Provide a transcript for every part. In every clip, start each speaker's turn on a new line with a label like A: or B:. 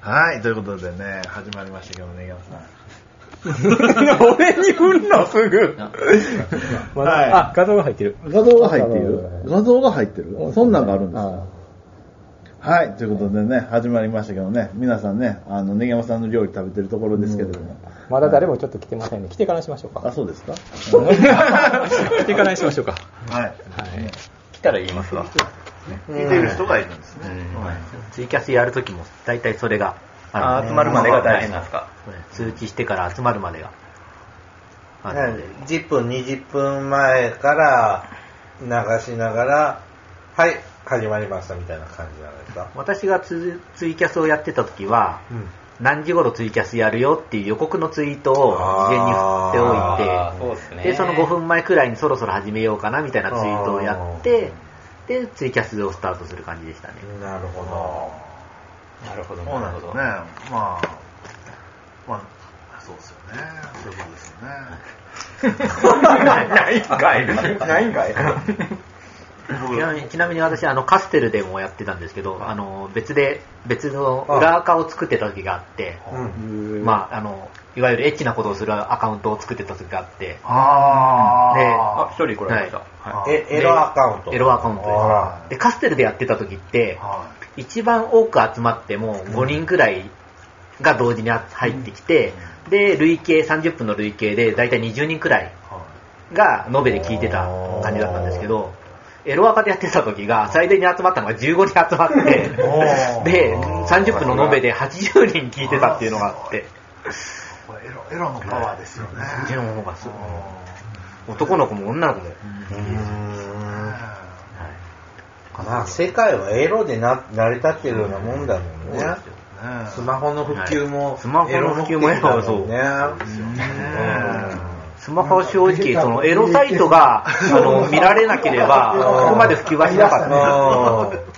A: はい、ということでね、始まりましたけどね、山さん。
B: 俺に振んの、すぐ。まだ
A: はい
B: あ、画像が入ってる。
A: 画像が入っている
B: あ
A: 画像が入ってるそんなんがあるんですか
B: あ
A: はい、ということでね、始まりましたけどね、皆さんね、あの、ねげまさんの料理食べてるところですけれども。
C: まだ誰もちょっと来てませんね。来てからしましょう
A: あ、
C: か。
A: そうですか
B: 来てからにしましょうか。
A: はい。
D: 来たら言いますわ。
A: 見てる人がいるんです
D: う
A: ね。
D: ん
A: はい
D: ツイキャスやるときも、大体それが。
A: あー集まるまでが大変なんです
D: か。通知してから集まるまでが。あるので
E: 10分、20分前から流しながら、はい、始まりましたみたいな感じじゃないですか。
D: 私がツツイキャスをやってたときは、
E: うん。
D: 何時頃ツイキャスやるよっていう予告のツイートを事前に
E: あー
D: 振って
E: そ
D: お
E: う
D: い
E: で
D: て、でその5分前くらいにそろそろ始めようかなみたいなツイートをやって、で、ツイキャスをスタートする感じでした ね。
E: なるほど。
D: なるほど
A: そうなんですよね。まあ、まあ、そうですよね。そういうことですよね。
D: ないんか い。ないんかい。ちなみにちなみに私あのカステルでもやってたんですけど、あの別で別の裏垢を作ってた時があって、
B: うん
D: まああのいわゆるエッチなことをするアカウントを作ってた時があって、
A: あ
D: で
A: あ、
D: 一人これました。
A: は
E: え、エロアカウント。
D: エロアカウント
E: あら
D: です。でカステルでやってた時って、
A: は
D: 一番多く集まっても5人くらいが同時に入ってきて、で累計30分の累計でだいたい20人くらいが延べで聞いてた感じだったんですけど、エロアカでやってた時が最大に集まったのが15人集まって、
A: おー
D: で、30分の延べで80人聞いてたっていうのがあって、
A: これエロ、エロのパワーですよね。
D: うちの方がす男の子も女の子も。
E: まあ、世界はエロでな成り立ってるようなもんだもんね。
A: ね
E: スマホの普及も、
D: はいスマホの普及もエロだもんね
E: エロ目的だもんね。
D: スマホは正直、そのエロサイトが、あの、見られなければ、ここまで普及はしなかったです。
E: うんうん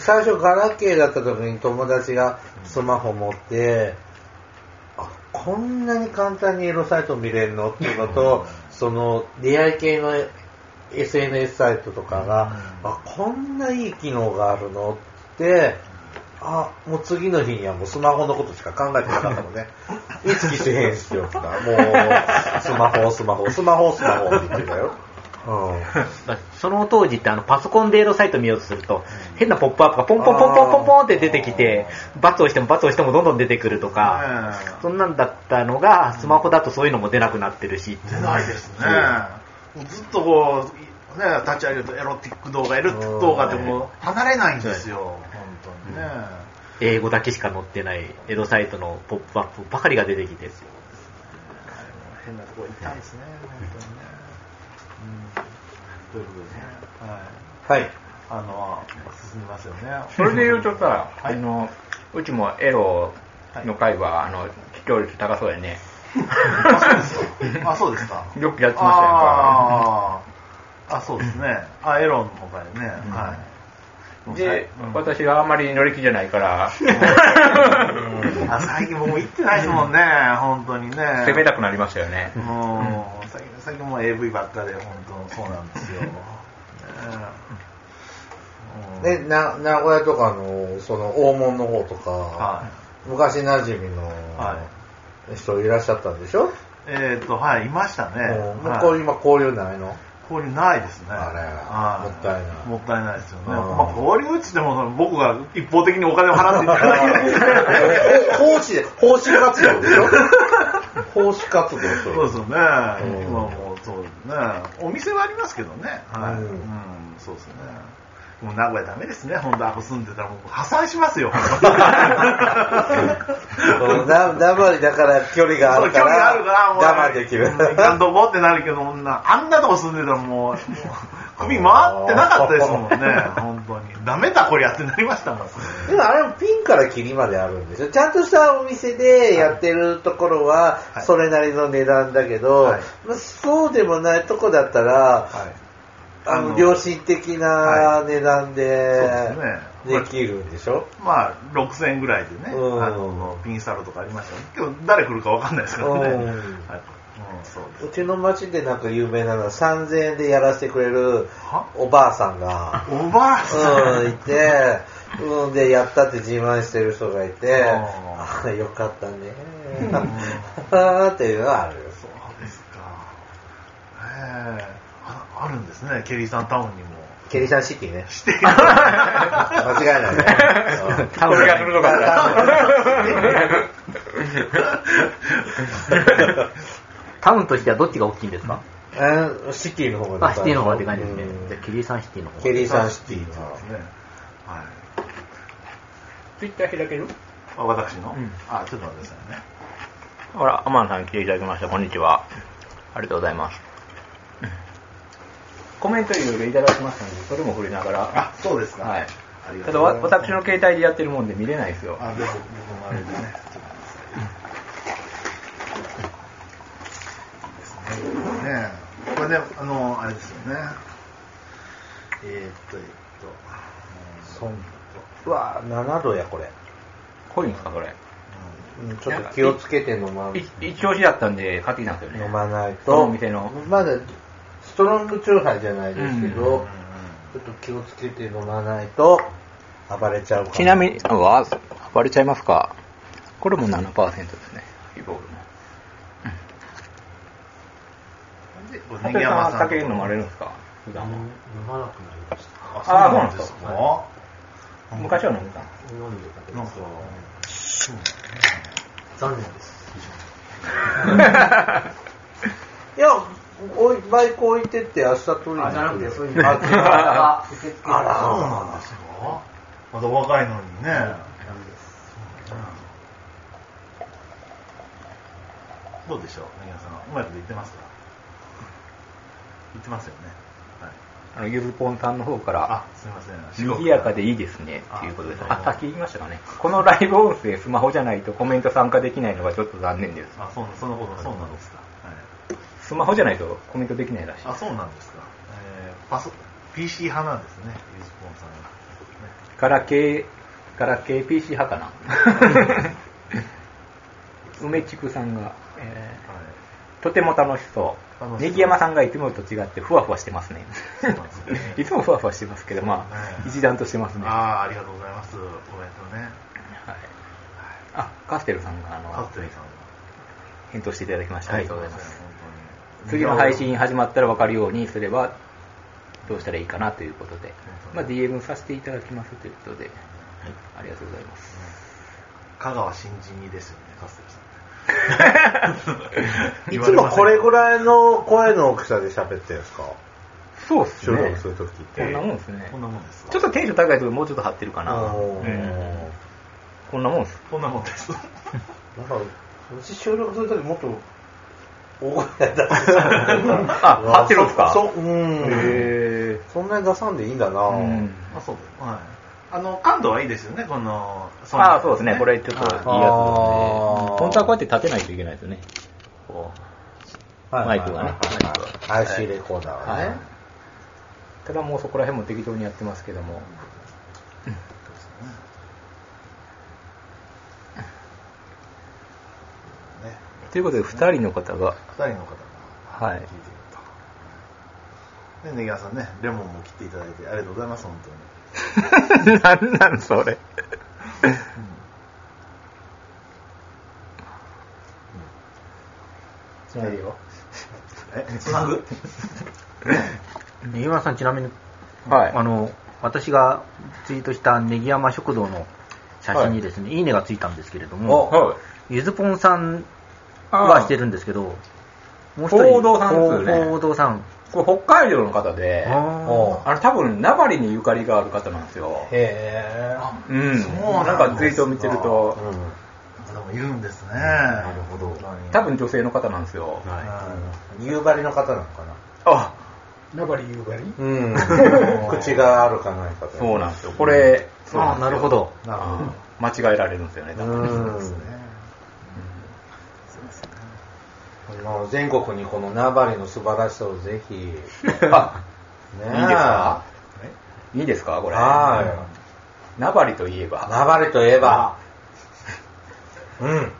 E: 最初ガラケーだった時に友達がスマホ持って、あこんなに簡単にエロサイト見れるのっていうのと、その出会い系の SNS サイトとかが、あこんないい機能があるのって、あもう次の日にはもうスマホのことしか考えてなかったのね。意識してへんしようとか、もうスマホ、スマホ、スマホ、スマホって言ってたよ。うん
D: その当時ってあのパソコンでエロサイト見ようとすると、変なポップアップがポンポンポンポンポンポンって出てきて、罰をしても罰をしてもどんどん出てくるとか、そんなんだったのが、スマホだとそういうのも出なくなってるし、
A: 出ないですね。ずっとこう、ね、立ち上げるとエロティック動画、エロティック動画でも離れないんですよ、本当にね。
D: 英語だけしか載ってないエロサイトのポップアップばかりが出てきて、
A: 変なとこ行ったんですね、本当にね。うんということでね、はい。
E: はい。
A: あの、進みますよね。
F: それで言うとさ、あの、うちもエロの会は、あの、視聴率高そうやね。
A: あ、そうですか。
F: よくやってましたよやっ
A: あ ーあ、そうですね。あ、エロの方がね、は
F: ぱ。
A: い。
F: で、
A: うん
F: 私はあんまり乗り気じゃないから、
A: あ最近僕行ってないですもんね、本当にね。
F: 攻めたくなりましたよね。
A: もう、最近、最近もう AV ばっかで、本当そうなんですよ。ねえ
E: で、な名古屋とかの、その、黄門の方とか、
A: うんはい。
E: 昔馴染みの
A: は
E: 人いらっしゃったんでしょ、
A: えっ、と、はい、いましたね。
E: うんもう
A: はい
E: こう今交流な いの
A: 交流ないですね。
E: あれ
A: は
E: もったいない
A: もったいないですよね。
E: うん
A: まあ、交流っつっても、その僕が一方的にお金を払っていただけないです ね。
E: 奉仕、奉仕活動でしょ奉仕活動でし
A: そう
E: ょ
A: ですよね。
E: うん
A: 今もうそうですね。お店はありますけどね。はい。う
E: う
A: ん、
E: ん
A: そうですね。もう名古屋ダメですね。本当あこ住んでたらもう破産し ますよ。
E: そうだだまりだから距離があ
A: そう
E: る
A: 距
E: か
A: 離があるから、
E: ら、
A: もう。
E: 我慢できる。
A: うん行かんとこってなるけど、女あんなとこ住んでたらもう、もう首回ってなかったですもん ね。本当に。ダメだこりゃってなりましたもん。
E: でもあれもピンからキリまであるんでしょちゃんとしたお店でやってるところは
A: はい
E: それなりの値段だけど、
A: はい
E: まあそうでもないとこだったら、
A: はい。
E: あ
A: あの
E: の良心的な値段で
A: そうですね
E: できるんでしょ
A: まあ、6000円ぐらいでね、あ
E: うん
A: の、ピンサロとかありましたね。今日誰来るかわかんないですからね。はい。
E: う
A: うんん、そうです。
E: うちの町でなんか有名なのは3000円でやらせてくれる
A: は
E: おばあさんが、
A: おばあさん。
E: うん、いて、うんでやったって自慢してる人がいて、
A: あ
E: ああ、よかったね。ああ っていうのはあるよ。
A: そうですか。ええああるんですね、ケリーさんタウンにも。
E: ケリシャンシティね。 間違いないね。 うん
B: タオルが古か った。
G: タウンとしてはどっちが大きいんですか
E: えーシティの方が
G: あ、シティの方がでかいんですね
E: う。ん
G: じゃあ、キリさんシティの方。
E: ケリーさんシティの。
A: ね。はい。
B: ツイッター開ける
A: あ私の、
B: うん
A: あ、ちょっと待ってくださいね。
B: ほら、アマンさん来ていただきました。こんにちは。ありがとうございます。コメントいろいろいただきましたので、それも触れながら。
A: あ、そうですか。
B: はい。
A: ありが
B: た
A: と
B: だ
A: うご
B: わ、
A: ざいます。
B: 私の携帯でやってるもんで見れないですよ。
A: あ、でも、僕もあれでね。ちょっと待ってくださいね。ねえこれね、あの、あれですよね。えー、っと、えーっと。
E: そううわ7度やこれ、
B: 濃いんですか、それ。
E: うんちょっと気をつけて飲ま
B: い一押しだったんで買ってきたんですよね。
E: 飲まないと
B: このお店の。
E: まだストロングチューハイじゃないですけ
A: うん
E: ど、ちょっと気をつけて飲まないと暴れちゃうか
B: ちなみに、わあ、暴れちゃいますか。これも7%ですね。イボールも。
A: で
B: ハトさんは酒飲まれるんですか普段は。
E: 飲まなくなりました
A: あ、そうなんですか。
B: 昔は飲んでたんで
E: 飲んでたけ
A: なん
E: ど
A: か、
E: 残念です
B: す。
E: いやおいバイク置いてって明日取りに行くよ
D: あじゃなくてそういう
E: あ
D: のが受付
E: あら
A: そうなんですよ。まだお若いのにね。どうでしょう、皆さん。うまいこと言ってますか言ってますよね。はい。
B: あの、ゆずぽんさんの方から、
A: あ、すみません。
B: 賑やか
A: で。
B: でいいですね、っていうことです。
A: あ
B: あ、さっき言いましたかね。このライブ音声、スマホじゃないとコメント参加できないのがちょっと残念です。
A: あ、そうそんなこと、そうなんですか。はい。
B: スマホじゃないとコメントできないらしい。
A: あ、そうなんですか。えー、パソ、PC 派なんですね、ゆずぽんさんが。ね
B: ガラケー、ガラケー PC 派か な。梅地区さんが、えー
A: はい。
B: とても楽しそう。
A: 楽しそう
B: ネギ山さんがいつもと違ってふわふわしてますね
A: そうなんですよね。
B: いつもふわふわしてますけど、ま
A: ね
B: あ、一段としてますね。
A: あ
B: はい
A: あ、ありがとうございます。コメントね。
B: あ、カステルさんが、あ
A: カ
B: の
A: ズ、テリさんが。
B: 返答していただきました。ありがとうございます。
A: 本当に。
B: 次の配信始まったら分かるようにすれば、どうしたらいいかなということで、まあ、DM させていただきますということで、はい、ありがとうございます。
A: 香川新人にですよね、カステルさん。
E: いつもこれぐ
A: い。
E: らいの声の大きさで喋ってるんですか
B: そうっす
E: 収
B: ね
E: 録す。るときって
B: こんなもんですね
A: こ。んなもんですわ
B: ちょっとテンション高いとこもうちょっと張ってるかな。
E: おー
B: うんこんなもんっす。
A: こんなもん です。
E: なんか、うち収録するときもっと大声 出し
B: あ張ってるんですか
E: そう、うん。
B: へ
E: そんなに出さんでいいんだな、
B: ーうん
A: あ、そうです。はい。あの、感度はいいですよね、この、
B: ああ、そうですね。これちょっといいやつですね。
E: あー
B: 本当はこうやって立てないといけないですよね。こ
E: はい
B: マイクがね
E: はいはいはい IC レコーダ
B: う
E: ーはね。
B: ただもうそこら辺も適当にやってますけども。
A: ね。
B: ということで、2人の方が、
A: 二人の方が
B: はい
A: 聞いてると。で、ネギワさんね、レモンも切っていただいて、ありがとうございます、本当に。
B: なんなんそれ。つないでよ。
A: え、つなぐ
D: ネギ山さんちなみに、
B: はい
D: あの私がツイートしたネギ山食堂の写真にですね、い、いねがついたんですけれども、
B: は
D: ゆずぽんさんはしてるんですけど、もう一人、
B: 報道さんですよね
D: 報道さん。
B: い。これ北海道の方で、
E: お
B: あの多分名張にゆかりがある方なんですよ。
E: へぇ
B: うん。
A: そう
B: な
A: なんん
B: かツイートを見てると、
E: うん。
A: でもいるんですね。な
E: るほど
B: 多分女性の方なんですよ。
E: はい。夕張の方なのかな
B: あ、
H: ナバリ夕張
E: うん。 口があるかないかで
B: そうなんですよ。これ、そう
D: あ
B: な
D: あ、
B: ん
D: な
B: です
D: る
B: よ
D: ほど。
A: なるほど。
B: 間違えられるんですよね、多分
E: うん。あの全国にこの名張の素晴らしさをぜ ひ。ね
B: あ
E: え
B: いいですかいいですかこれ。
E: は
B: 名張といえ
E: い。
B: ば、
E: 名張といえば。うん。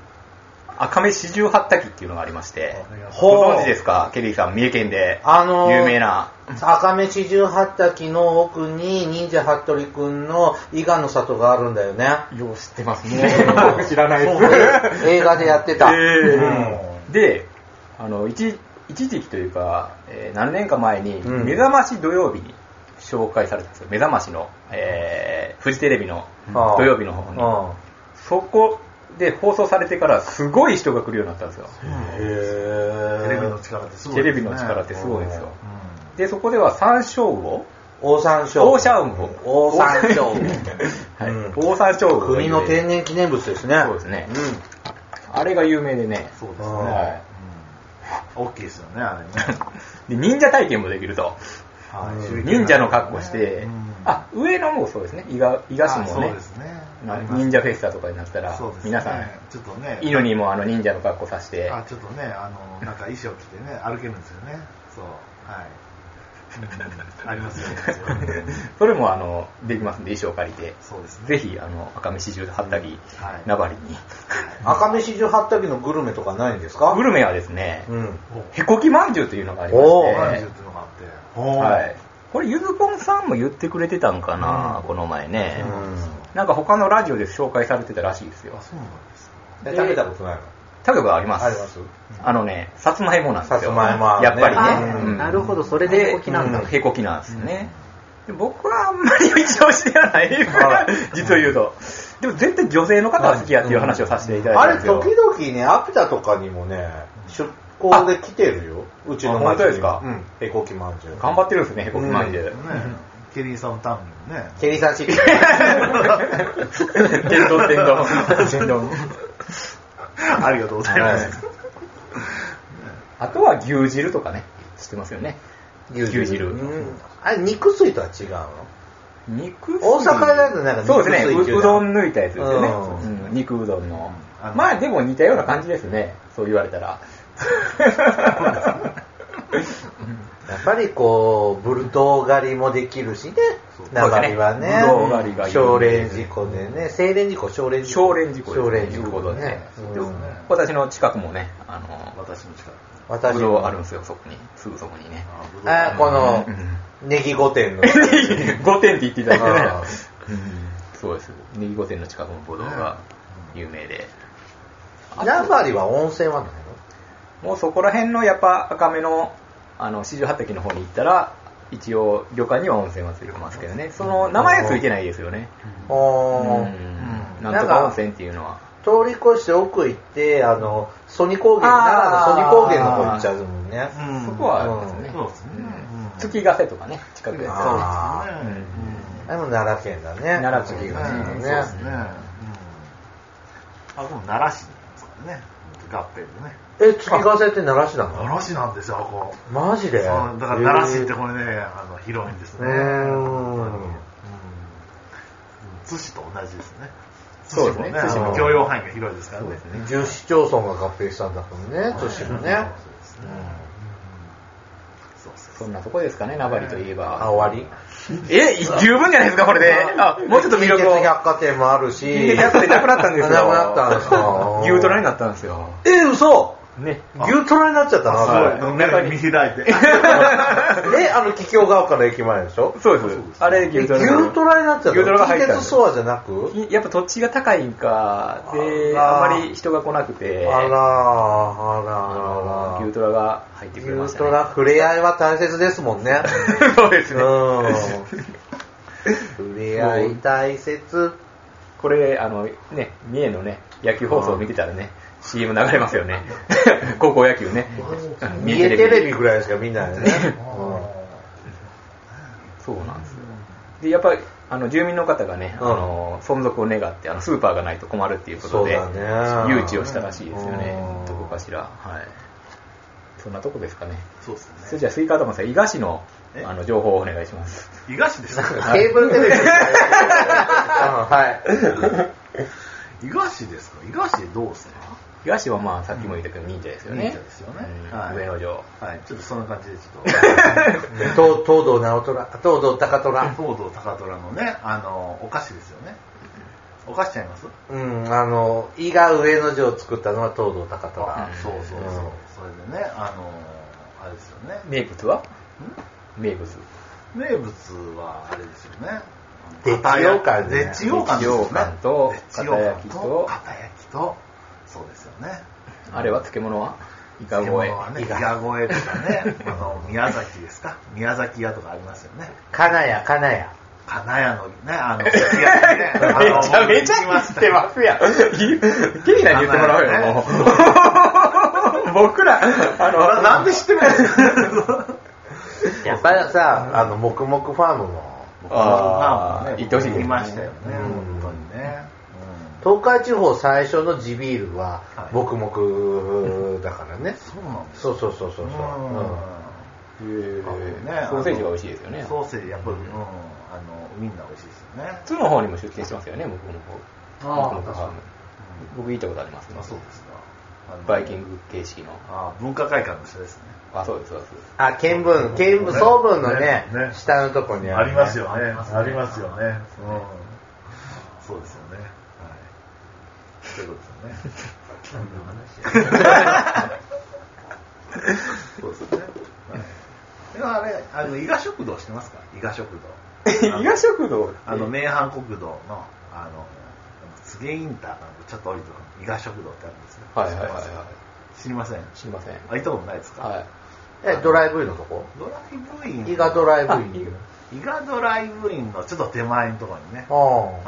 B: 赤目四十八滝っていうのがありまして、
E: ほう
B: ご存知ですかケリーさん、三重県で
E: あのー
B: 有名な。
E: 赤飯十八滝の奥に忍者服部くんの伊賀の里があるんだよ ね。
B: よう知ってますね。僕知らないです。
E: 映画でやってた。
B: えーで、あの、一一時期というか、えー何年か前に、
E: うん
B: 目覚まし土曜日に紹介されたんですよ。目覚ましの、えーフジテレビの
E: ああ
B: 土曜日の方に。そこで放送されてから、すごい人が来るようになったんですよ。
E: うん。へ
A: テレビの力ってすごい
B: テレ
A: ですね
B: ビの力ってすごいですよ。
A: う
B: で、そこでは山椒魚
E: オオサンショウ。
B: オーシャンホ
E: オオサンショウ。
B: はい。
E: うん
B: オーサンショウウオ
E: 国の天然記念物ですね。
B: そうですね。あれが有名でね。
A: そうですね、
B: は
A: うん大きいですよねあれね
B: い。で、忍者体験もできると。
A: はい
E: うん
A: 手裏剣
B: 忍者の格好して、
A: うん
B: あ、上野もそうですね。伊賀、伊賀市
A: あ
B: も
A: そう
B: ね
A: で。すね
B: な
A: あります
B: 忍者フェスタとかになったら
A: そうです、ね
B: 皆さん、
A: ちょっとね
B: 犬にもあの忍者の格好させて、
A: あちょっとねあのなんか衣装着てね歩けるんですよねそうはい、うんありますよね
B: それもあの、できますんで、衣装借りて、
A: そうですね
B: ぜひ、あの、赤飯中貼ったり
A: はい、
B: 名張に。
E: 赤飯十八滝のグルメとかないんですか
B: グルメはですね、
E: うん。
B: へこきまんじゅうというのがありま
E: おー
A: バー
B: し
A: ジ
B: て
A: ョンっ、ていうのがあって
B: はいい。これ、ゆずぽんさんも言ってくれてたんかな、
A: うん
B: この前ね。
E: う
B: なんか他のラジオで紹介されてたらしいですよ
A: あ。そうなんですね
E: ん。え食べたことないの
B: 例えばあります。
E: あります
B: あのね、さつまいもなんですよ。
E: さつまいもはね
B: やっぱりね
E: あ。
B: うん
D: なるほど、それで
B: で、
D: こきなんだ。
B: へこきなんですね。で僕はあんまり一押しではない。実を言うと。でも絶対女性の方は好きやっていう話をさせていただい
E: あ
B: たん
E: れ、
B: ですよ。
E: 時々ね、アピタとかにもね、出向で来てるよ。うちの
B: あ本
E: 町
B: 当ですか
E: うん。へこきまんじゅう。
B: 頑張ってるんですね、へこきまんじゅう。
A: ねケリーさんのタン ね
E: ケリーさん知ってる
B: 天丼天丼。天丼。
A: ありがとうございます、
B: あとは牛汁とかね、知ってますよね。
E: 牛
B: 汁
E: うんあれ、肉水とは違うの
B: 肉
E: 大阪だとなんか肉
B: そうですね
E: 水っていう
B: う、
E: の
B: うどん抜いたやつですよね。う
E: う
B: ん肉うどんの
A: あの。
B: まあでも似たような感じですね、そう言われた ら。
E: やっぱりこう、ブルドー狩りもできるしね、名張はね、
B: ブドウ狩りが有名
E: 少林寺湖でね、清廉寺湖、少林寺
B: 少
E: 湖。
B: 年事故ですね。
E: 少
B: い
E: 林
B: う
E: 寺湖
B: ことでね。で
E: うん
B: 私の近くもね、あの、
A: 私の力
E: 私
B: ぶどうあるんですよ、そこに。すぐそこにね。
A: あぶどう
E: あこの、ネギ御殿の。
B: 5点って言っていただ
E: あ
B: いてね。うんそうです。ネギ5点の近くのぶどうが有名で。
E: 名張は温泉はない
B: もうそこら辺のやっぱ赤目のあの四十八滝の方に行ったら一応旅館には温泉はついてますけどねその名前はついてないですよね
E: の
B: う
E: おー
B: ん
E: な
B: なん
E: か
B: んとか温泉っていうのは
E: 通り越して奥行って、あの、ソニ高原、
B: あー
E: 奈良のソニ高原の方行っちゃうもんね。
A: うん
B: そこはですね
A: そうですね
B: うん月ヶ瀬とかね近くですから
E: あ
A: そう
E: ー
A: ですね
E: あれも奈良県だね。
B: 奈良県
A: う
B: だ
A: ん
E: うん
A: そうですねうんあでも奈良市ですからね合併でね
E: え、月ヶ瀬って奈良市なの
A: 奈良市なんですよあここ
E: マ
A: そ
E: ジ
A: う
E: で
A: だから奈良市ってこれねあの広いんです
E: え
A: ね
E: ー
A: うん
E: うん
A: 津市と同じですね。
B: そうですね
A: 津市も
E: うん
A: 許容範囲が広いですからね。
E: 10市町村が合併したんだもんね、都市もね。
B: そんなとこですかね名張といえ
E: あ、
B: ば
E: 終わ
B: え十分じゃないですかこれであ
E: り
B: もうちょっと魅力を
E: 近鉄百貨店もあるし。
B: 近鉄百貨店なくなったんですよ
E: なくなったん ですよ
B: 牛トラになったんですよ
E: え、嘘
B: ね
E: 牛トラになっちゃったの
A: す
E: あ
A: ごい。中に見開いて。
E: れえ、あの、桔梗が丘の駅前でしょ
B: そうですあれ
E: え牛
B: 牛
E: ト
B: ト
E: ラ
B: ラ
E: になっちゃった
B: 牛トラ
E: の
B: が入
E: 近
B: ったんで
E: 鉄
B: す
E: ソアじゃなく
B: やっぱ土地が高いんかで
E: あ
B: あ
E: ら
B: まり人が来なく
E: あ
B: て
E: らー、あらー、あら
B: 牛
E: ー。
B: トラが入ってくれまし
E: 牛
B: た
E: トラ、
B: ね。
E: 触れ合いは大切ですもんね。
B: そうですね。
E: うん。触れ合い大切。
B: これ、あの、ね、三重のね、野球放送を見てたらね、CM 流れますよね。 高校野球ね。
E: 見えテレ
B: ビ。
E: ビぐらいしか見ないよね。
B: そうなんですよ。で、やっぱり、あの、住民の方がね、あ
E: うん
B: の、存続を願って、あの、スーパーがないと困るっていうことで、
E: そうだね
B: 誘致をしたらしいですよね
E: うん。
B: どこかしら。はい。そんなとこですかね。
A: そうです
B: それ
A: ね。
B: じゃあ、スイカ頭さん、伊賀市の
A: え、
B: あの、情報をお願いします。
A: 伊賀市です
E: うん
A: か
E: ケーブルテレビみたいな うんはい。
A: 伊賀市ですか伊賀市どうですか
B: 伊賀市はまあ、さっきも言ったけど、忍者ですよね。
A: 忍者ですよね
B: うん
A: はい
B: 上野城。
A: はい。ちょっとそんな感じでちょっと。
E: 東東堂直虎、東堂高 虎。
A: 東堂高虎のね、あの、お菓子ですよね。お菓子ちゃいます
E: うん、あの、伊賀上野城を作ったのは東堂高
A: あ
E: 虎。
A: そうそうそう。それでね、あの、あれですよね。
B: 名物は名物。
A: 名物はあれですよね。
E: で
A: 片
E: よう
A: 焼
E: か
A: き
E: ね
A: でちようかんですよね
B: でちようかんと
A: でちようかんと
B: 片焼きと
A: 片焼きと、そうですよね。
B: あれは漬物はイカ越
A: 漬物はね、イガ越えとかね、あの、宮崎ですか宮崎屋とかありますよね。
E: 金谷、金谷。
A: 金谷のね、あの、 すき焼きね。めちゃめちゃ行き
B: え。てますやん。ゲリラに言ってもらおうよ、 もう。僕ら、あの、
A: なんで知ってるんですか
E: やっぱりさ、あの、黙々ファームも、
B: あー言ってほしいけどね
A: いましたよね、
E: うん
A: 本当にね。
E: 東海地方最初の地ビールは
A: はい、
E: 黙々だからね。
A: そうなんです
E: そうそうそうそう
A: よ。
E: そう。う
B: え
E: ん
B: ー
A: ね
B: ソーセージが美味しいですよね。
A: ソーセージ、やっぱり、うん、あの、ウインナー美味しいですよね。
B: 普通の方にも出店してますよね、僕の方。
A: あー
B: 僕の方僕行ったことありますね
A: あ、そうですか。あの
B: バイキング形式の。
A: あ文化会館の下ですね。
B: あ、そうです、そうです。
E: あ、見分、見分、総分のね
A: ねね、
E: 下のとこにある。
A: あります。よね。ありますよね。うん。そうですよね。はい。そういうことです よね。そうですね。はいでもあれ、あの、伊賀食堂してますか伊賀食堂。
B: 伊賀食堂
A: あの、名阪国道の、あの、つげインターからちょっと降りたとこに伊賀食堂ってあるんですよ。
B: はいはいはいはい
A: 知りません。
B: 知りません。
A: あ、行ったことないですか
B: はい。
E: え、ドライブインのとこ
A: ドライブイン。
E: 伊賀ドライブイン。
A: 伊賀ドライブインのちょっと手前のところにね、
E: あ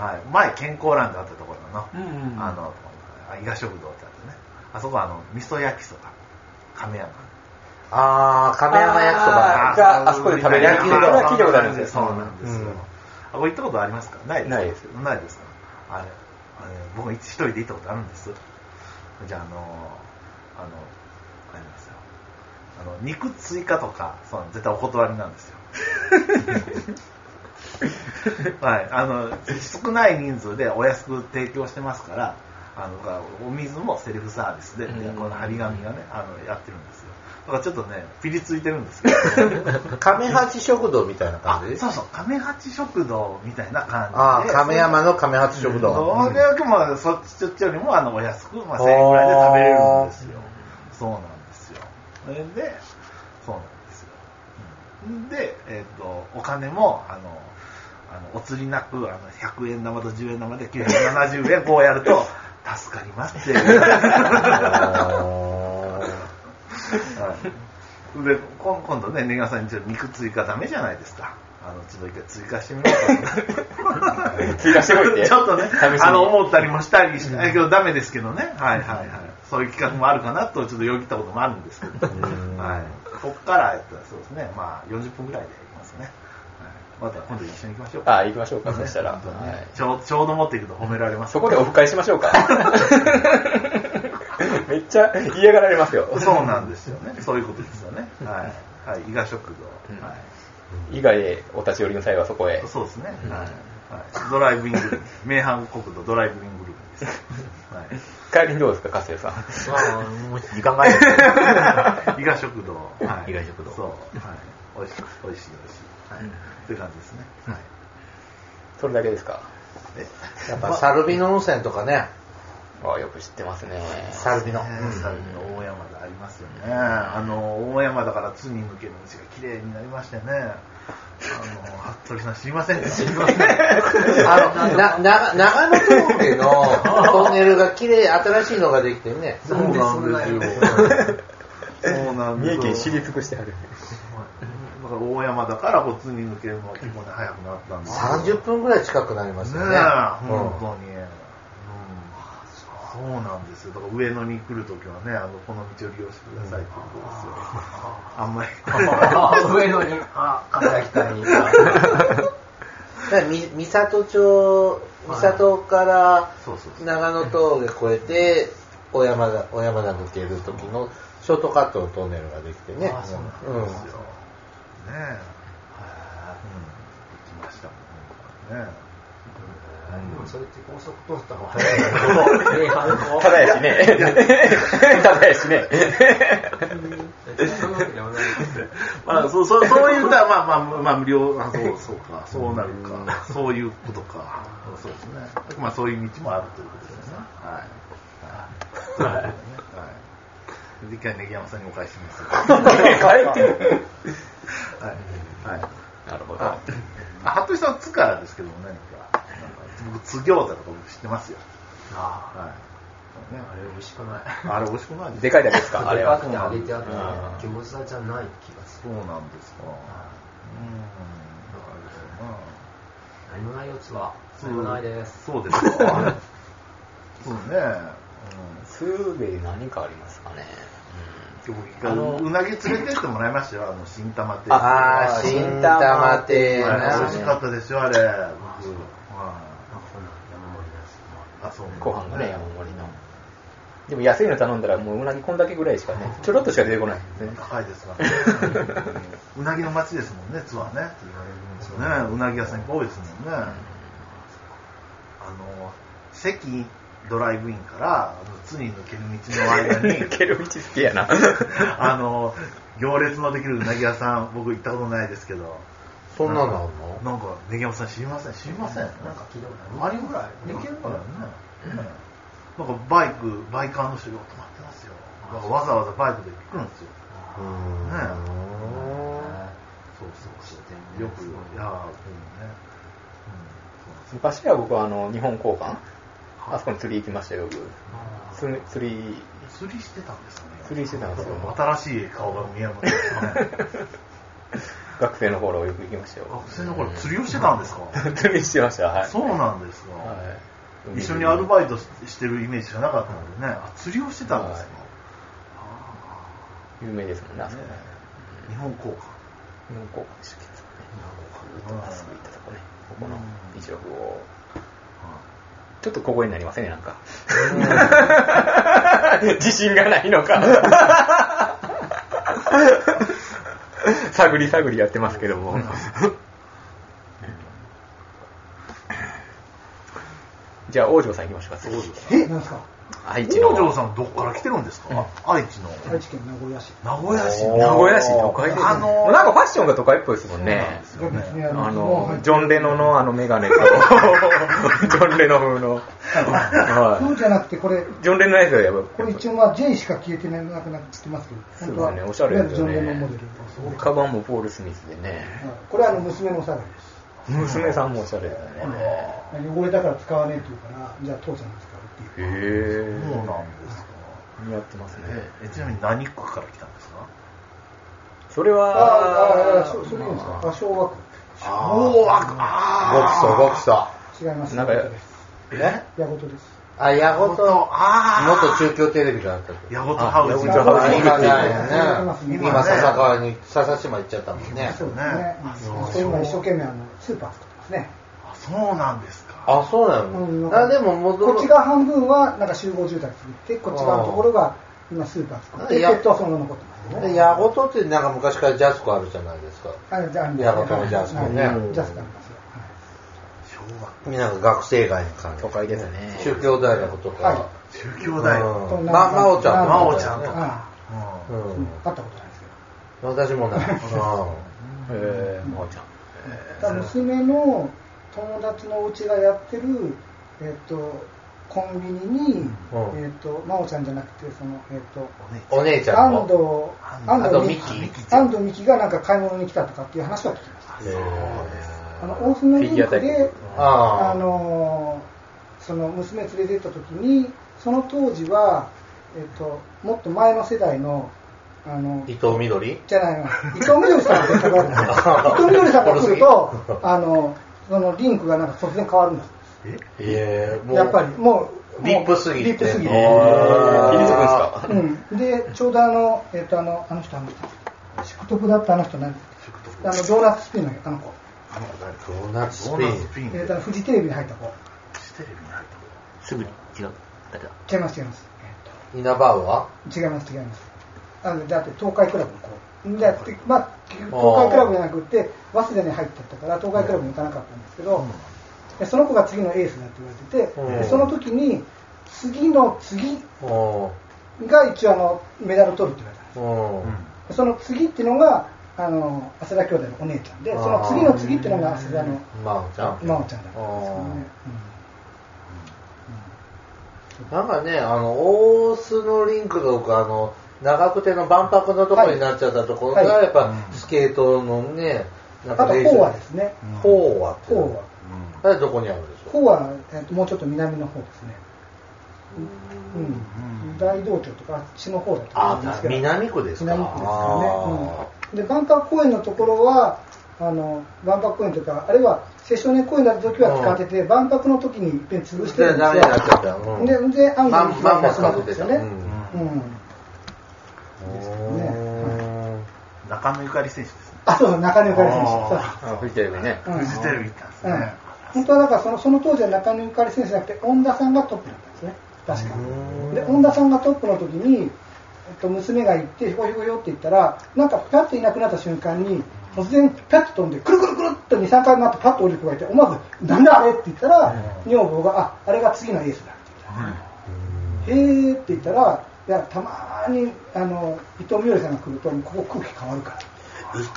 A: はい、前健康欄があったところの、
B: うんうんうん
A: あの、あ伊賀食堂ってあってね、あそこはあの、味噌焼きそば、亀山。
E: あー、亀山焼きそば
B: あー
E: ね
B: があそこで食べれる
A: 焼き
B: それは聞いたことあるんです
A: そうなんですよ。
E: うん
A: あ、これ行ったことありますかないですか
B: ないです
A: ないですかあれ、あれ僕一人で行ったことあるんです。じゃあ、あの、あの、あれなんですよ。あの、肉追加とか、そう絶対お断りなんですよ。はい、あの少ない人数でお安く提供してますからあのだからお水もセルフサービスで、
B: うん
A: この張り紙がねあのやってるんですよだからちょっとねピリついてるんですけど
E: 亀八食堂みたいな
A: あ
E: 感じ
A: そうそう亀八食堂みたいな感じで
E: あー、亀山の亀八食堂。
A: それよりもそっちそっちよりもあのお安く、まあ、
E: あー
A: 1000円ぐらいで食べれるんですよそうなんですよそれでそうなんですようんで、えっとお金もあのあのお釣りなくあの100円玉と10円玉で970円こうやると助かりますっていう はいでこん今度ね根川さんにちょっと肉追加ダメじゃないですかあのちょっと一回追加してみようかな
B: 追加してこいって。
A: ちょっとね
B: 試しに、
A: あの、思ったりもしたりしたけど、ダメですけどね。はいはいはい。そういう企画もあるかなと、ちょっとよぎったこともあるんですけど。はい。こっから、えっと、そうですね。まあ、40分ぐらいで行きますね。はいまた今度一緒に行きましょうか。
B: あ、行きましょうか、そしたら。
A: 本当にね
B: はい
A: ちょうちょうど持っていくと褒められます。
B: そこでオフ会しましょうか。 めっちゃ嫌がられますよ。
A: そうなんですよね。そういうことですよね。はい。はい。伊賀食堂。はい。
B: 以外でお立ち寄りの際はそこへ。
A: そうですね。はい。はいドライブイングループ。名阪国土ドライブイングループです。はい。
B: 帰りにどうですか、加瀬さん。
I: もう時間がある。
A: 伊賀食堂。はい
I: 伊賀食堂
A: そう。はい。美味しい、美味しい、美味しい。はい。という感じですね。はい。
B: それだけですか。
E: やっぱサルビノ温泉と かね、
B: あ、よく知ってますね。
E: サルビノ。
A: ねサルビの大山でありますよね。あの、大山だから津に抜ける道が綺麗になりましてね。あの、服部さん知りませんか知りません。
E: あの、な、な、長野峠のトンネルが綺麗、新しいのができてね。
A: そうなんですよ。そうなんで
B: 三
A: すよ
B: 重県知り尽くしてある。
A: だから大山だからこう津に抜けるのが結構ね、早くなったんですよ
E: 30分ぐらい近くなりました
A: ね
E: よ
A: え
E: ね。
A: 本当に、うんそうなんですよだから上野に来るときはねあのこの道を利用してくださいってことですよ、あんまり
F: 上野に、あ、輝きたいに。
E: だからみ三郷町、三郷から
A: そうそうそう
E: 長野峠越えて、小山田、小山田抜ける時のショートカットのトンネルができてね。
A: あそうなんですよ、
E: うん
A: ねえ、うん、行きましたもんね
F: でもそれって高速通った方が 早いから。
B: ただやし ね。ただやしね。
F: そんなわけでもない
A: ま あ、そう、そう、そういうた、まあ、まあ、まあ、無料、あ、そう、そうか、そうなるか、そういうことか。そうですね。まあ、そういう道もあるということですね。はい。はい。はい。 で一回、ネギ山さんにお返しします。
B: 帰ってる。
A: はい。はい
F: なるほど。
A: あ、服部さん、つからですけども、何か。なんか僕、津餃子とか僕知ってますよ。
E: あ
A: はい。ね
J: あれ美味しくない。
A: あれ、美味しくないです
B: でかいだけですか、あれは。
J: 後に揚げてあって、餃子じゃない気がする。
A: そうなんですか。うん。だ
J: 何も
A: からな
J: ないやつは、何もないです。
A: そうですか。そうね。
B: スーベイ何かありますかね。
A: うん、今日僕一回うなぎ連れてってもらいましたよ、あの、新玉亭。
E: あー、新玉亭
A: はい美
E: な
A: 味し。かったですよ、あれ。僕はい
J: なんかこんな山盛りのやつ。
A: あ、そう
B: ご飯がね、山盛りの。でも安いの頼んだら、もううなぎこんだけぐらいしかね、ちょろっとしか出てこないですね。
A: 高いですからね。うんう なぎの町ですもんね、ツアーね。ね、うなぎ屋さんいっぱい多いですもんね。あの、関ドライブインから、あの津に抜ける道 の間に、
B: ケル道好きやな。
A: あの、行列のできるうなぎ屋さん、僕行ったことないですけど、
E: そんなのあんの
A: なんか、ネギ山さん知りません知りませんな
J: な
A: ん
J: んか聞いたこと
A: あれぐらい、できるからね。ねなんかバイク、バイカーの人が止まってますよ。なんかわざわざバイクで来るんですよ。
E: うーん
A: ね
J: そうそう、そう
A: よく、いやー、うんね。
B: 昔は僕はあの、日本交換、あそこに釣り行きましたよ、よく。釣り、釣り、
A: うん釣りしてたんですかね。
B: 釣りしてたんですよ。
A: 新しい顔が見えます ね。
B: 学生の頃よく行きましたよ。
A: 学生の頃釣りをしてたんですか
B: 釣りしてました、はい。
A: そうなんですか、
B: はい
A: 一緒にアルバイトしてるイメージがなかったのでね、あ釣りをしてたんですか、
B: 有名ですもんね、あそこね。
A: 日本交換
B: 日本交換でしたっけあそこ行ったとこね。ここの一食を。ちょっとここになりませんね、なんか。自信がないのか。探り探りやってますけども。じゃあ、王城さん行きましょうか、次。
K: え、なんですか
B: 愛知の。
A: 王城さんどこから来てるんですか、愛知の
K: 愛知県名古屋市。
A: 名古屋市
B: 名古屋市都会ですね。
A: あのー
B: なんかファッションが都会っぽいですもんね。
K: が別にあ
B: あ
K: もう入
B: の
K: っ、て
B: ジョン・レノのあのメガ ネと、ジョン・レノ風の。
K: そ
B: は
K: うじゃなくて、これ、
B: い。ジョン・レノのやつがやばい。
K: これ一応まあ J しか消えてなくなってますけど、
B: そうですね、おしゃれですよ
K: いわゆるジョンレノンモデ
B: ね
K: ル。
B: カバンもポール・スミスでね。
K: はいこれはあの娘のお下がりです。
B: 娘さんもおしゃれだね。
K: 汚れたから使わねえって言うから、じゃあ父ちゃんが使うって
B: へ
K: いう。
B: ぇ
A: そうなんですか
B: 似合ってますね。
A: えちなみに何区から来たんですか
B: それ
K: あ
B: は、
K: あ、ああ、そそれいいんですか。あ、昭和区。
A: 昭和区あ
E: ごくそ、ごくそ。
K: 違います。
B: なんか
K: ヤゴトです。
E: え
K: ヤゴトです。
E: あ、ヤゴ
A: ー
E: と、
A: あ
E: 元中京テレビがあった。
A: ーヤゴトハウス
B: ヤゴトハウス
E: 今ないよね。
A: 今
E: 今、
A: ね
E: 笹川に、笹島行っちゃったもんね。
K: そうです
A: ね
K: ね。そうそう今一生懸命あのスーパー作ってますね。
A: あそうなんですか
E: あ、そうな
K: うん
E: のあ、でも戻る
K: こっちが半分はなんか集合住宅作って、こっち側のところが今スーパー作って、
E: い
K: ペ
E: や
K: ットはそのまま残ってますよね。
E: でヤゴトってなんか昔からジャスコあるじゃないですか。
K: あれじゃああん
E: ヤゴトのジャスコね
K: はいジャスコありますよ。は
A: 昭和
E: なんか学生街の感じ。
B: 都会ですね。
E: 中京大学と
K: はい
E: か。
A: 中京大学、
E: うん
K: こんな
E: ま、まおちゃんとか。
A: まおちゃんと
K: い
A: か
K: あ
A: う
E: うん
K: あ、
E: ん。
K: 会ったことないですけど。
E: 私もない。
B: へぇまおちゃん。
K: だから娘の友達のお家がやってる、えっと、コンビニに、
E: うん
K: えっと、真央ちゃんじゃなくて、その、えっと、
E: うんお姉ちゃんも。
K: 安藤、
E: あ
K: 安
E: と
K: 藤
E: ミ
K: 美
E: キ
K: 希、安藤美希がなんか買い物に来たとかっていう話は聞きました。
E: へー
K: あの、大船リン
B: フィギ
K: ク
B: ュア大
K: で、
E: あ
K: あ
E: ー
K: のーその娘連れてった時にその当時は、えっと、もっと前の世代のあの
E: 伊藤みどり
K: じゃないの伊藤みどりさんって 方が伊藤みどりさんが来るとあのそのリンクがなんか突然変わるんです
E: ええ、もう。
K: やっぱりもう
E: リップすぎて
K: リップすぎ
E: へ
K: て、
E: ー
B: 気にするんですか
K: うん、でちょうどあの,、えっと、あのあの人あの人宿徳だったあの人何あのドーナツスピンのあの子、
E: ドーナツ
A: ド
E: ス
A: ー
E: ピ
A: ナツ
E: ン。
A: ピン
K: えっと、あのフジテレビに入った子
A: テレビに入った
I: すぐに違う。誰だ
K: 違います違います、えっと
E: イナバウは
K: 違います違いますあのだって東海クラブの子だってまあ東海クラブじゃなくて早稲田に入ってったから東海クラブに行かなかったんですけど、でその子が次のエースだって言われてて、
E: うん
K: でその時に次の次
E: お
K: が一応あのメダル取るって言われたんで
E: ーおー
K: すその次っていうのがあの浅田兄弟のお姉ちゃんでその次の次っていうのが浅田の
E: まおちゃん
K: 真央ちゃんだったんですけどね、
E: なんかね、あの、大須のリンクとか、あの、長久手の万博のところになっちゃったところが、
K: はい
E: やっぱスケートのね、な
K: あ
E: ん
K: と、
E: か練習
K: 法はですね。
E: 法話って。
K: 法は。
E: あれどこにあるんでしょ
K: 法は、えっともうちょっと南の方ですね。うん。大道町とか、あっちの方だと思
E: あ
K: うんです、けど。
E: 南区ですか。
K: 南区です
E: あ
K: よね。うん、で万博公園のところはあの万博公園というかあるいは青少年公園の時は使ってて、万博の時にいっぺん潰してるんですよ。
E: でダメになっちゃったうん
K: でで
E: ー
K: 案
E: マ
K: 外
E: ンマンモスかぶって
K: です
E: た。
K: よ
E: う
K: ね。
E: ん
K: うん。ですよね。うん
A: 中野ゆかり選手ですね。
K: あそう中根ゆかり選手。そう
B: あフジテレビね。
K: うん
A: フジテレビ行ったんです
K: う
A: ね。
K: ん本当はだからそのその当時は中野ゆかり選手じゃなくて恩田さんがトップだったんですね確かで恩田さんがトップの時に、えっと、娘が行ってひょこひょこひょって言ったらなんかピャッといなくなった瞬間に突然ピャッと飛んでくるくるくるっと23回回ってパッと降りてこられて思わず「なんだあれ?」って言ったら女房が「ああれが次のエースだ」って言った「へえ」って言ったらいやたまにあの伊藤美織さんが来るとここ空気変わるから
E: 伊藤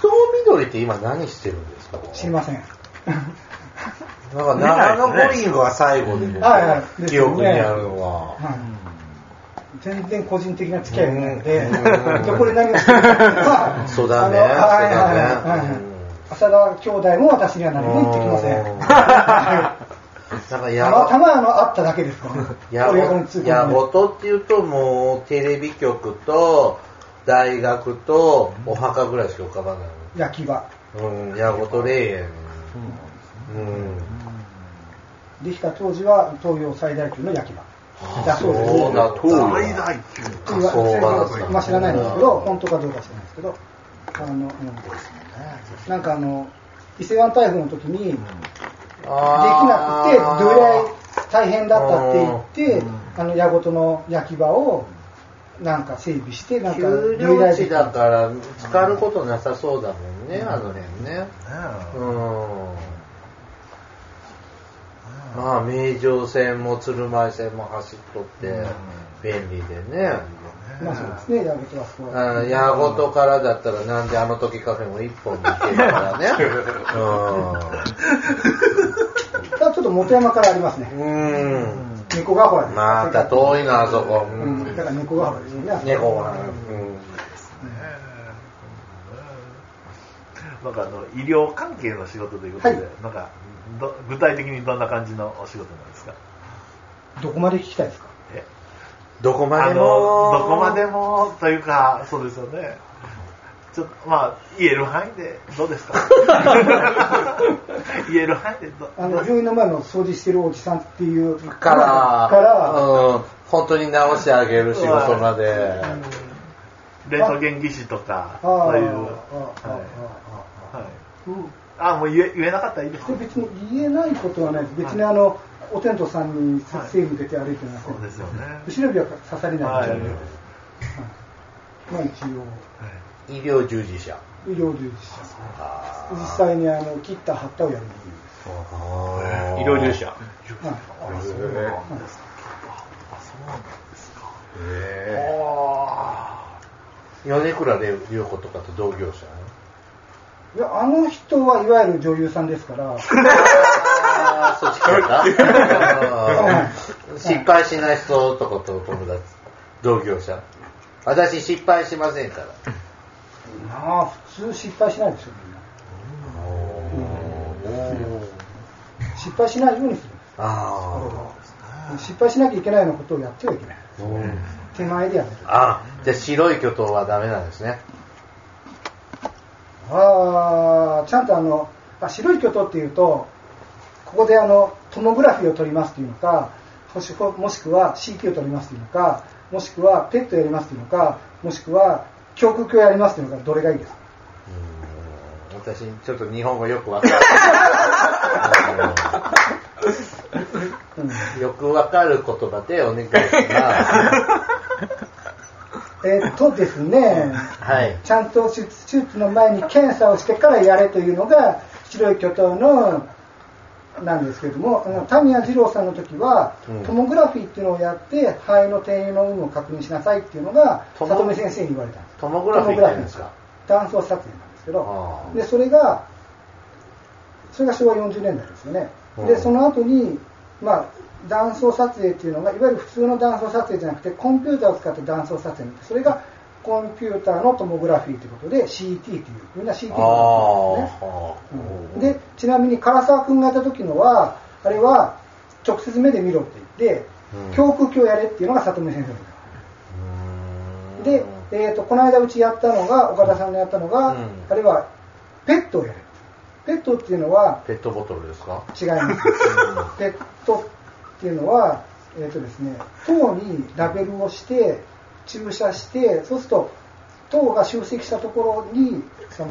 E: みどりって今何してるんですか
K: 知りません
E: なんか長野五輪が最後で僕
K: はいはい
E: 記憶にあるのは。
K: はい、全然個人的な付き合いなので
E: うん、
K: どこで何をしてるか
E: そうだね
K: あのはいは
E: そ
K: い
E: うだね
K: はいはい
E: うん
K: 浅田兄弟も私には何も言ってきません。
E: うん
K: はい
E: なんか
K: た
E: や
K: また
E: ば
K: まあの会っただけですから。
E: や
K: 親子につい
E: ご
K: て
E: やごとっていうともうテレビ局と大学とお墓ぐらいしか浮かばない
K: 焼き場。
E: うん、やごと霊園。うん。
K: できた当時は東洋最大級の焼き場。だそうです。
E: そうだったんだ
A: 大大級
K: と
A: か。
K: いう
E: そうなんですね
K: まあ知らないんですけど、本当かどうか知らないですけど、あの、うんなんかあの、伊勢湾台風の時に、
E: でき
K: できなくて、どれぐらい大変だったって言って、あの、矢ごとの焼き場を、なんか整備して、なんか、
E: 丘
K: どれぐら
E: 陵
K: いで
E: 地
K: きた
E: だから、浸かることなさそうだもんね、あの辺ね。
A: ね
E: うん。まあ、名城線も鶴舞線も走っとって、便利でね。
K: まあそうですね、矢ごとはそこは。
E: あ矢ごとからだったら、なんであの時カフェも一本で行けるからね。
K: ただちょっと元山からありますね。
E: うん。うん。
K: 猫ヶ原です。
E: また遠いな、あそこ。う
K: うん、
E: ん
K: だから猫ヶ原ですよね。
E: 猫は。うん。
A: なんかあの医療関係の仕事ということで、
K: はい
A: なんかど具体的にどんな感じのお仕事なんですか
K: どこまで聞きたいですか
A: え
E: どこま
A: あ
E: で
A: の
E: も。
A: どこまでもというかそうですよねちょっとまあ言える範囲でどうですか言える範囲でど
K: あの、病院の前の掃除してるおじさんっていう
E: から、
K: から、
E: うん、本当に直してあげる仕事まで。
A: レントゲン技師とか
K: ああ、あ
A: そ
K: あ、あ
A: ういうは
K: あ、ああ。
A: い、はいあもう言え言えなかったらいいです
K: で別に言えないことはないです、別にあの、お天道さんに撮影向けて歩いてません、
A: そうですよね
K: 後ろ指は刺されない
A: はい
K: 状況です、まあ一
E: 医療従事者。
K: 応、医療従事者、実際にあの切った、貼ったをやるんです、
B: 医療従事者。
K: はい
E: 米倉涼子とかと同業者。
K: いやあの人はいわゆる女優さんですから、
E: ああ、そっちか。うん失敗しない人とかと友達。同業者。私失敗しませんから。
K: まあ、普通失敗しないでしょ、みんな。失敗しないようにするんです
E: あ
K: 失敗しなきゃいけないようなことをやってはいけない。
E: あ。うん
K: 手前でやめる。
E: あ、じゃあ白い巨頭はダメなんですね。
K: ああ、ちゃんとあの、あ白い巨塔っていうと、ここであの、トモグラフィーを取りますっていうのか、もしもしくは CT を取りますっていうのか、もしくはペットやりますっていうのか、もしくは胸腔鏡やりますっていうのか、どれがいいですか
E: うーん私、ちょっと日本語よくわかる。うんよくわかる言葉でお願いします。
K: えっとですね、
E: はい。
K: ちゃんと手術手術の前に検査をしてからやれというのが、白い巨頭の、なんですけれども、あの田宮二郎さんの時は、
E: うん
K: トモグラフィーっていうのをやって、肺の転移の有無を確認しなさいっていうのが、
E: トモ
K: 里見先生に言われたんです。
E: トモグラフィーって言うんですか
K: 断層撮影なんですけ
E: あ
K: ど
E: あ
K: でそれがそれが昭和40年代ですよね
E: う
K: で
E: ん
K: その後にまあ断層撮影っていうのがいわゆる普通の断層撮影じゃなくてコンピューターを使った断層撮影それがコンピューターのトモグラフィーということで CT というみんな CT
E: あ
K: のことですね
E: あ。
K: うんでちなみに唐沢君がやった時のはあれは直接目で見ろって言って、
E: うん
K: 胸腔鏡やれっていうのが里見先生ので、えー、とこの間うちやったのが岡田さんのやったのが、
E: うん
K: あれはペットをやれペットっていうのは
E: ペットボトルですか
K: 違い ますペットっていうのはえっ、とですね糖にラベルをして注射してそうすると糖が集積したところにその